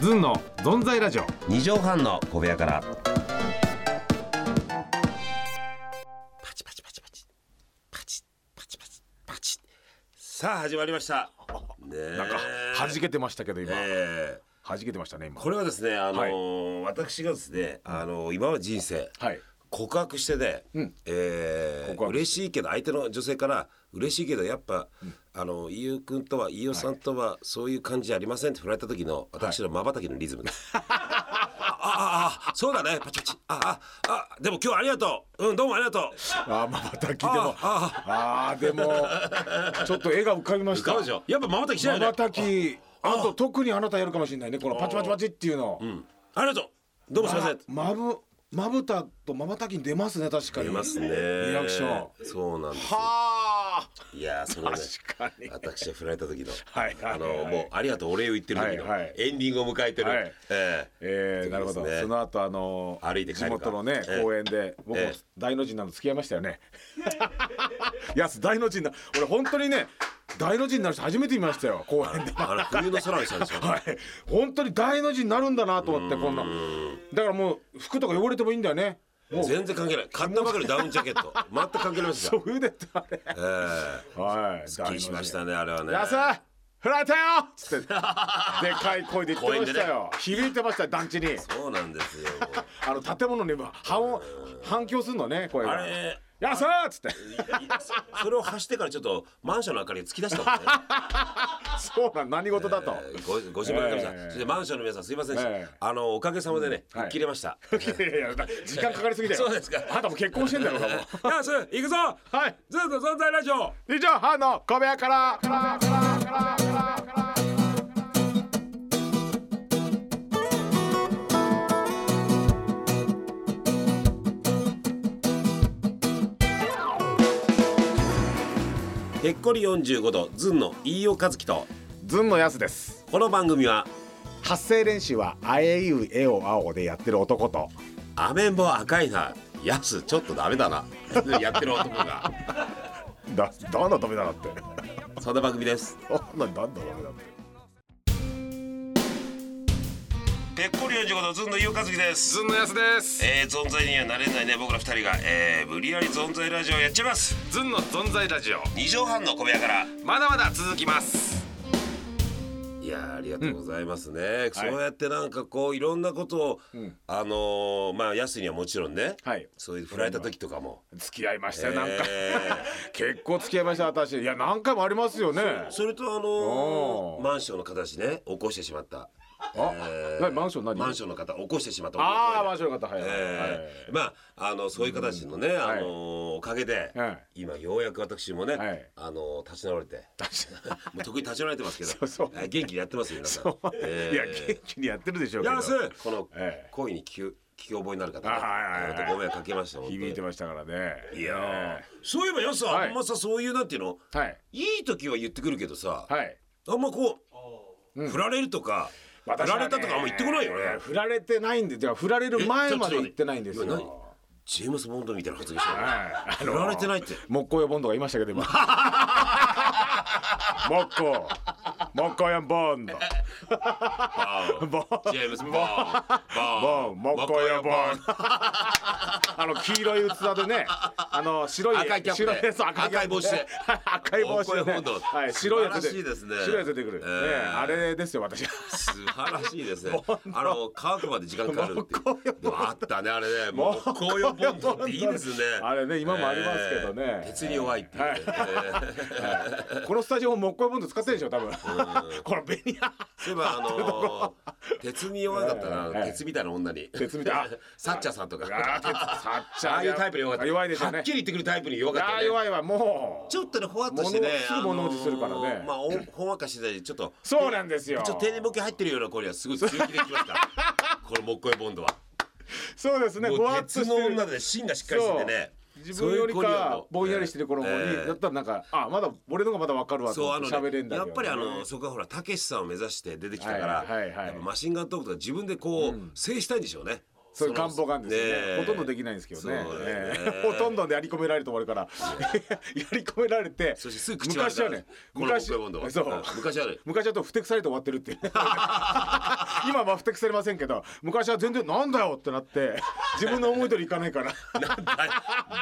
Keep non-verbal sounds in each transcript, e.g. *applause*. ずんのぞんざいラジオ二畳半の小部屋からパチパチパチパチパチパチパチパチさあ始まりましたねえなんか弾けてましたけど今ええ弾けてましたね今これはですねあのはいー私がですねあのー今は人生はい告白してね、うんえー告白嬉しいけど相手の女性から嬉しいけどやっぱ、あの飯尾君とは飯尾さんとはそういう感じじゃありませんって振られた時の私の瞬きのリズムです、ああああそうだねパチパチあああでも今日はありがとううんどうもありがとうあーまばたきでもあああーで *laughs* もちょっと絵が浮かびました使うでしょやっぱまばたきしないまよばねたきあと特にあなたやるかもしれないねこのパチパチパチっていうのうんありがとうどうもすいませんまぶまぶたとまばたきに出ますね確かにいますねリアクションはそうなんですあいやーそれね確かに私は振られた時のはいはいはいあのもうありがとうお礼を言ってる時のはいはいエンディングを迎えてる、はいえええー、なるほど、そうですねその後あのー歩いて帰地るか元のねええ公園で僕もええ大の字になるの付き合いましたよね *laughs* いや大の字にな俺本当にね大の字になる人初めて見ましたよ公園であの冬の空にした *laughs* んですよ。はい本当に大の字になるんだなと思ってこんなだからもう服とか汚れてもいいんだよねもう全然関係ない。買ったばかりのダウンジャケット。全く関係ないですそよ。う腕って *laughs* あれええはいすっきりしましたねあれはね。やさ振られたよつ *laughs* ってでかい声で言ってましたよ、響いてましたよ団地にそうなんですよ。あの建物に反応反響するのね声あがれ。 「やさ!」っつっていやいやそそれを走ってからちょっとマンションの明かりが突き出したもん *laughs* ね、そうなん何事だと、 *laughs* えーごご心配かけました、ええそしてマンションの皆さんすいませんでした、ええあのおかげさまでね、はい切れましたいやいやだ時間かかりすぎだよそうですかあ *laughs* なたもう結婚してんだろもう *laughs* よし行くぞはいずっと存在ラジオ以上ハの小部屋からへっこり45度ずんの飯尾和樹とずんのやすですこの番組は発声練習は「あえいうえおあお」でやってる男とアメンボ赤いなやすちょっとダメだなやってる男がだどんどんダメだなってそんな番組ですどんどんどんどんダメだってぺっこり45度ずんの飯尾和樹ですずんのやすですえー、存在にはなれないね僕ら二人が、えー、無理やり存在ラジオやっちゃいますずんの存在ラジオ二畳半の小部屋からまだまだ続きますいやーありがとうございますね、そうやってなんかこういろんなことを、んあのー、まあやすにはもちろんね、はいそういう振られた時とかも、付き合いましたよなんか、えー結構付き合いました私いや何回もありますよねそれとあのおーー、マンションの形ね起こしてしまった、あ、え何マンション何マンションの方起こしてしまったああマンションの方はい、はいえーまああのそういう形のね、あのーおかげで、はい今ようやく私もね、はいあのー立ち直れてもう得意立ち直れてますけ *laughs* どそうそうえー元気にやってますよ皆さん。えーいや元気にやってるでしょうけどやすこのええ恋に聞く聞き覚えになる方、ねあはいはいはいえーとご迷惑かけました本当に響いてましたからねいやーねそういえばやすはあいんまさそういうなんていうのはいいい時は言ってくるけどさ、はいあんまこう、振られるとか、振られたとかあんま言ってこないよね。振られてないんでじゃあ振られる前まで言ってないんですよえちょっと待って今ジェームスボンドみたいな発言したよねはい振られてな *laughs* いって。木工用ボンドがいましたけど *laughs* 今木工木工用ボ *laughs* ンドボンジェームスボンド。ボボン木工用ボンン。あの黄色い器でねあの白い赤いキャップ白でいそう赤いキャップ赤い帽子で赤い帽子で木工用ボねンドはい白いやつ素晴らしいですね白いやつ出てくるねえーあれですよ *laughs* 私素晴らしいですね。あの乾くまで時間かかるってもう紅葉いう。でもあったねあれね。もう紅葉ボンドっていいですね。あれね今もありますけどねえー鉄に弱いっていうね。えーこのスタジオも木工用ボンド使ってるでしょ多分このベニヤそういえば *laughs* あのー鉄に弱かったえなえ鉄みたいな女に。鉄みたいあサッチャーさんとか。あーサッチャーああいうタイプに弱かった。弱いでしょうはねっきり言ってくるタイプに弱かっあたーよね。弱いわもうちょっとね、ほわっとしてね。物すぐ物落ちするからねあのーまあ、おほんわかしてたり、ちょっと。そうなんですよちょっと手にボケ入ってるような声はすごい強気できま *laughs* した。このもっこいボンドは。そうですねぼもわうっと鉄しのてる女で芯がしっかりしててね。自分よりそういう声かをぼんやりしてる頃にええだったらなんかあまだ俺のがまだわかるわとそう思あっのて喋れんね、だやけどっぱりあのそこはほらたけしさんを目指して出てきたかはら、いはいはいやっぱマシンガントークとか自分でこう、制したいんでしょうねそういう願望があるんですよねねほえとんどできないんですけどねそうだよねええほとんどでやり込められて終わるから *laughs* やり込められてそしてすぐ口割れ昔たはからねねこの僕が今度はそう、うん昔はね昔はとふてくされて終わってるっていう *laughs* 今はふてくされませんけど昔は全然なんだよってなって自分の思い通りいかないから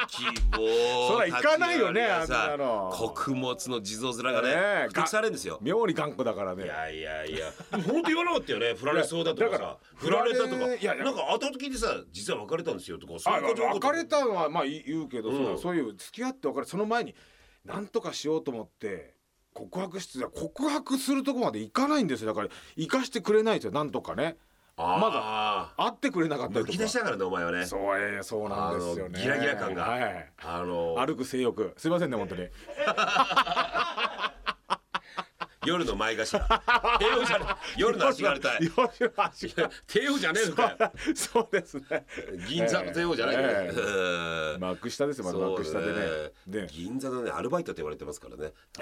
希望そら行かないよね立ち寄りがさあんなの穀物の地蔵面がねねえ不適されるんですよ妙に頑固だからいねやいやいや本当言わなかったよね振られそうだといやかだからさ振られたとか振られいやいやなんか後々聞いてさ実は別れたんですよとかそあういうこと別れたのはまあい言うけど、そううんそういう付き合って別れその前に何とかしようと思って告白室で告白するとこまで行かないんですよだから行かしてくれないんですよなんとかねま会ってくれなかっただり抜とき出かしだからねお前はねそうええそうなんですよねあのギラギラ感がはいあの歩く性欲すいませんね本当に夜の前 *laughs* 頭帝王じゃね夜の足がれたいよし足が *laughs* 帝王じゃねえのかよそうですね銀座の帝王じゃないからねええ幕下ですよまだ幕下でねそうねで銀座のねアルバイトって言われてますからね。 *laughs*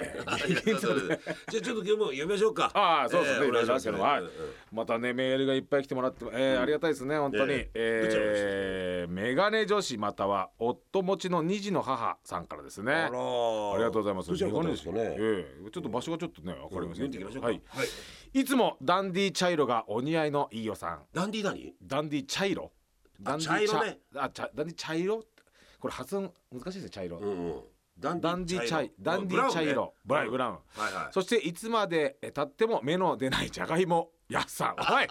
銀座で *laughs* じゃあちょっと今日も読みましょうか。ああそうですね、ええいろいろあお願るしけますど、ねはいうんうんまたねメールがいっぱい来てもらって、えーありがたいですね本当に、えええどちらもですねーメガネ女子または夫持ちの二児の母さんからですねああらーりがとうございますどちらの方ですかねメガネ女子ええちょっと場所がちょっとねわかりませ読んんけでど、いきましょうか。はい、いつもダンディチャイロがお似合いの飯尾さんダンディ何？ダンディチャイロダンディ茶色ねあ茶ダンディチャイロこれ発音難しいですね茶色、うんうん。ダダンディチャイダンディチャイロブブラライウンねブラウンはいはい。そしていつまで経っても目の出ないじゃがいもやっ *laughs* さんはい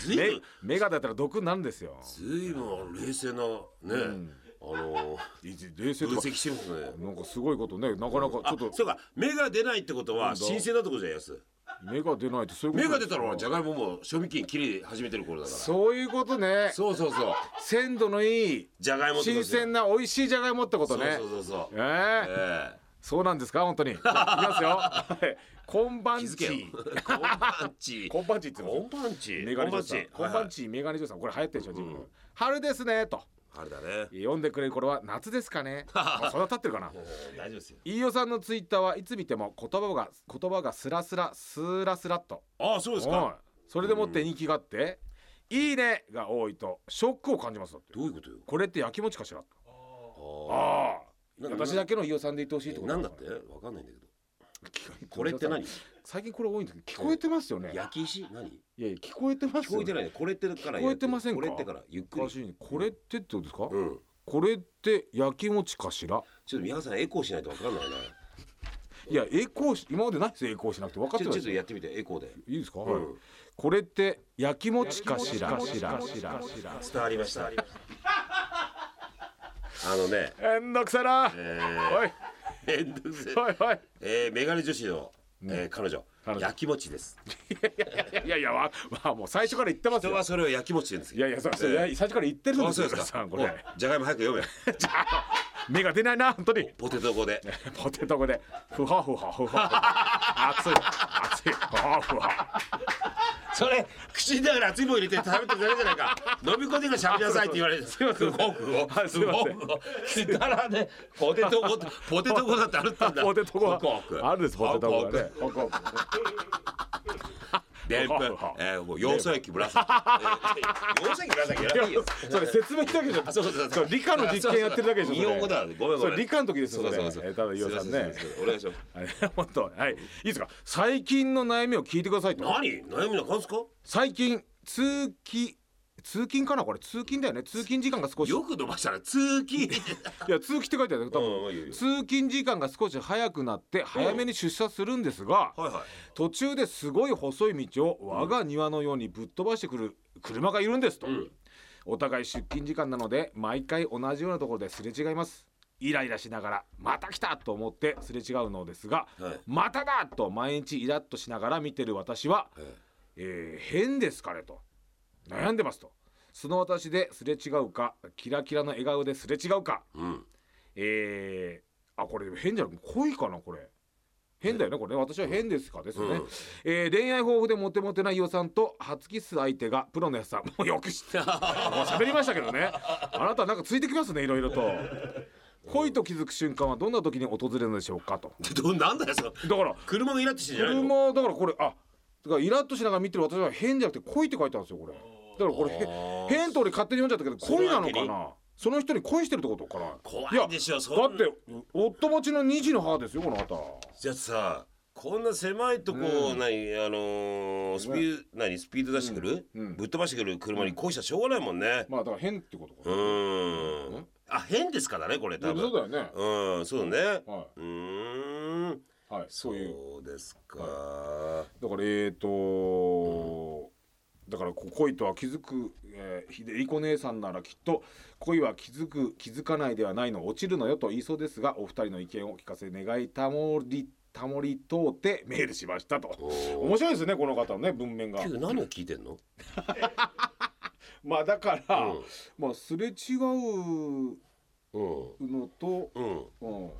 ずいぶ目ん目がだったら毒になるんですよ。ずいぶん冷静なね、あのーいじ冷静分とか析してますね。なんかすごいことねなかなかあちょっそとうか目が出ないってことは新鮮なとこじゃんやす目が出ないってそういうこと目が出たらじゃゃがいももう賞味期限切り始めてる頃だからそそういうことねうそうそう鮮度のいいじゃがいもってこと新ですよ鮮な美味しいじゃがいもってことねそうそうそうそうえええそうなんですか本当 *laughs* にいきますよはいこんばえん気づけよちこんばんちこんばんちって言ってこまんばんちすメガネ嬢さんここんんばばんんちちメガネ嬢さんこれ流行ってるでしょ自分、春ですねとあれだね読んでくれる頃は夏ですか *laughs* ねあそんな経ってるかな大丈夫ですよ飯尾さんのツイッターはいつ見ても言葉が言葉がスラスラスラスラっとああそうですかはいそれでもって人気があって「いいね」が多いとショックを感じますだってどういうことよこれってやきもちかしらあああなんか私だけの飯尾さんでいてほしいってあことななんのだかっなてわかんないんだけどこれって何最近これ多いんですけど聞こえてますよねいや焼き石何いや聞こえてます聞こえていないねこれってから聞こえてませんかこれってからゆっくおかりしいねこれってってことですかうんこれってやきもちかしらちょっと宮川さんエコーしないとわかんないないや栄光し今までないですよ栄光しなくて分かってちなょいちですょっとよやってみてエコーでいいですか、んはいこれってやきもちかしら伝わりましたあのねめんどくさなえおいー、えーどうせおいおいえー、メガネ女子の、えー、彼女彼女やきもちですいやいやわ、まあ、もう最初から言ってます人よはそれをやきもちって言うんですいやいやそうそういやえー最初から言ってるんあですそうよですかさんこおれじゃがいも早く読め目が出ないな本当にポテト語でポテトこでふはふはふは熱い熱いふはふは *laughs* それ口の中に熱いもん入れて食べてるだけじゃないか *laughs* 飲み込んでからしゃべりなさいって言われてすごくごくごあすすいまごせんくごくだらねポテト語ってポテト語だってあるったんだポテトごくごくがあるんですポテトがねホクホクでんぷほうんほうほう、えー、もう要素液紫。 *laughs* 要素液紫やらないよ。それ説明だけじゃあそうそうそうれ理科の実験やってるだけでしょ日本語だ。ごめんごそめれん。理科の時ですそうよだそうだそそれう。えただ伊代さんねすいませすいませんお願いします。はい *laughs* 本当はいいいですか最近の悩みを聞いてくださいと何悩みなんかあるんすか？最近通勤通勤かなこれ通勤だよね通勤時間が少しよく伸ばしたら *laughs* 通勤。いや通勤って書いてあるよ多分、うんいいよいいよ通勤時間が少し早くなって早めに出社するんですが、はいは途中ですごい細い道を我が庭のようにぶっ飛ばしてくる車がいるんですと、んお互い出勤時間なので毎回同じようなところですれ違いますイライラしながらまた来たと思ってすれ違うのですが、はいまただと毎日イラッとしながら見てる私は、い。えー変ですかねと悩んでますとその私ですれ違うかキラキラの笑顔ですれ違うかうん。えー、あこれでも変じゃなく恋かなこれ変だよねこれね私は変ですかですよね、うんえー恋愛豊富でモテモテな伊代さんと初キス相手がプロのやつさん *laughs* もうよく知って *laughs* るもう喋りましたけどねあなたなんかついてきますねいろいろと *laughs* 恋と気づく瞬間はどんな時に訪れるのでしょうかとでどなんだよその。だから車がイラッとしてんじゃないの？車だからこれあだからイラッとしながら見てる私は変じゃなくて恋って書いてあるんですよこれだからこれへあー変と俺勝手に読んじゃったけどそれ恋なはのかなその人に恋してるってことかな怖いでしょそだっんなて夫持ちの二児の母ですよこの方じゃあさこんな狭いとこを、うん何あのースピード、何スピード出してくる、うんうんぶっ飛ばしてくる車にこうしたらしょうがないもんねまあだから変ってことかうなーんうんあ変ですからねこれ多そう分だよねうんそうだねはうーんいはいそそういううですか、だからえーとだからこ恋とは気づく、えー、秀彦姉さんならきっと恋は気づく気づかないではないの落ちるのよと言いそうですがお二人の意見を聞かせ願いたもりたもりとうてメールしましたとおー面白いですねこの方のね文面が結局何を聞いてんの、まあだから、うんまあすれ違ううんのと、うんうん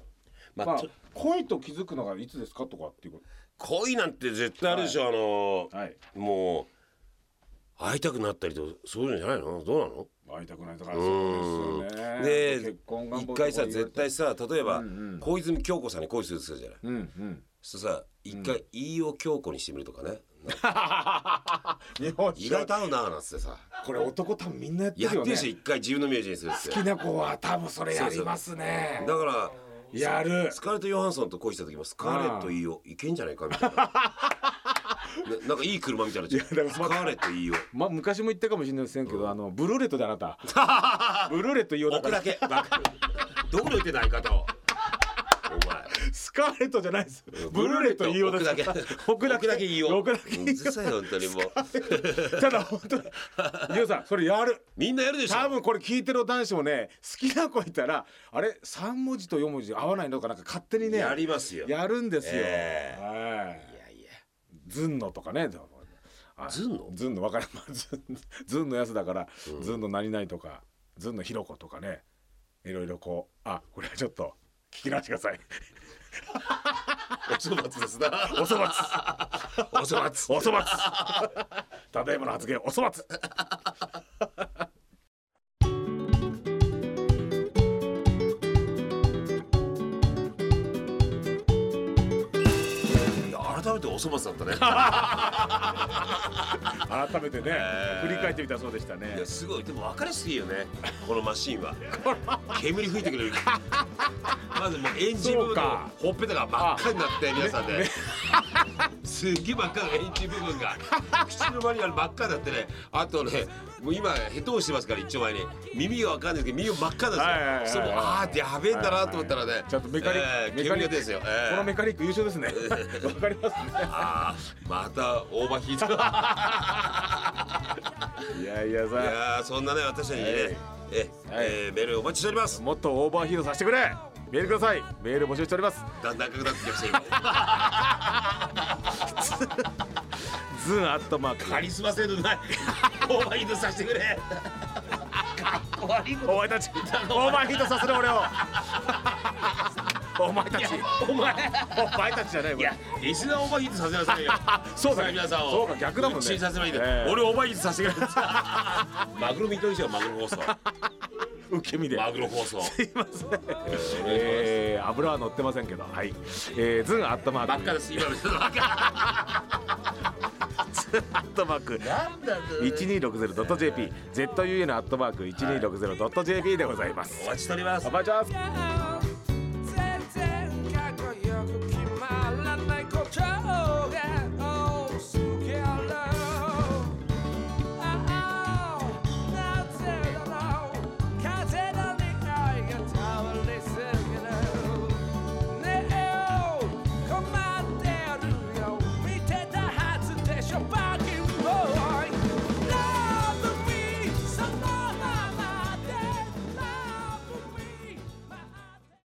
まあ、まあと、恋と気づくのがいつですかとかっていうこ恋なんて絶対あるでしょ、あのーとはいもう会いたくなったりとそういうんじゃないのどうなの会いたくないとからそうですよねで結婚願望一とか回さ絶対さ例えば、うんうん小泉京子さんに恋するって言ってたじゃないうんうんそしたらさ一回飯尾京子にしてみるとかね、 *laughs* 日本意外と合うなーなんつってさこれ男多分みんなやってやっるてよるねし一回自分の名字にするって好きな子は多分それやりますだねからやるスカーレット・ヨハンソンと恋した時もスカーレット・イーオいけんじゃないかみたいな *laughs* ななんかいい車みたいなじゃんスカーレット・ *laughs* イーまあ昔も言ったかもしれませんけど、あのブルーレットであな *laughs* たブルーレット言おうオだか僕だら *laughs* けバカどこに置いてないかとお前スカーレットじゃないですブルーレット言おう僕だけ僕だけ僕だけ言おう僕だけうるさい本当にもうただ本当に伊代さんそれやるみんなやるでしょ多分これ聞いてる男子もね好きな子いたらあれ三文字と四文字合わないのかなんか勝手にねやりますよやるんですよ、ええはいいやいやずんのとかねずんのずんのわかるまあずん *laughs* ずんのやつだから、ずんの何々とかずんのひろことかねいろいろこうあこれはちょっと聞き直してくださいお粗末ですな *laughs* おそ松お *laughs* 粗末おそ松ただいまの発言おそ松いや改めてお粗末だったね改めてね、ええ振り返ってみたそうでしたいねやすごいでも分かりやすぎよねこのマシンは煙吹いてくれるまずもうエンジそン部う分のかほっぺたが真っ赤になって皆さんねすっげえ真っ赤なエンジン部分が口の周りが真っ赤になってねあとねもう今ヘッドホンしてますから一丁前に耳がわかんないですけど耳真っ赤はいはいはいなんはでいすよそうああってやべえんだなと思ったらねちょっとメカニック、えー煙が出るんですよえーこのメカニック優勝です *laughs* ねわかりますあーまたオーバーヒート *laughs* ねいやいやいさやーそんなね私たちにね、えはいえーメールお待ちしておりますもっとオーバーヒートさせてくれメールくださいメール募集しておりますだんだん赤くなってきました今 *laughs* ズンアットマークカリスマ性のないオーバーヒートさせてくれかっこ悪いこお前たちお前ヒートさせる俺をお前たちとお前お前たちじゃないこいれやリスナーオーバーヒートさせな *laughs* さいよそうだねリスナー皆さんをそうか逆だもんねうちにさせないで、ええ俺オーバーヒートさせてくれ *laughs* マグロ見とりじゃんマグロ放送受け身でマグロ放送すいませんえーお願いしますえー、油は乗ってませんけどはい、えー、ズンアットマばーっクかです今の *laughs* 人ばっかアットマークなんだ 1260.jp zun アットマーク 1260.jp でございまおす待ちしておりますおばあちゃん全然かっこよく決まらないこと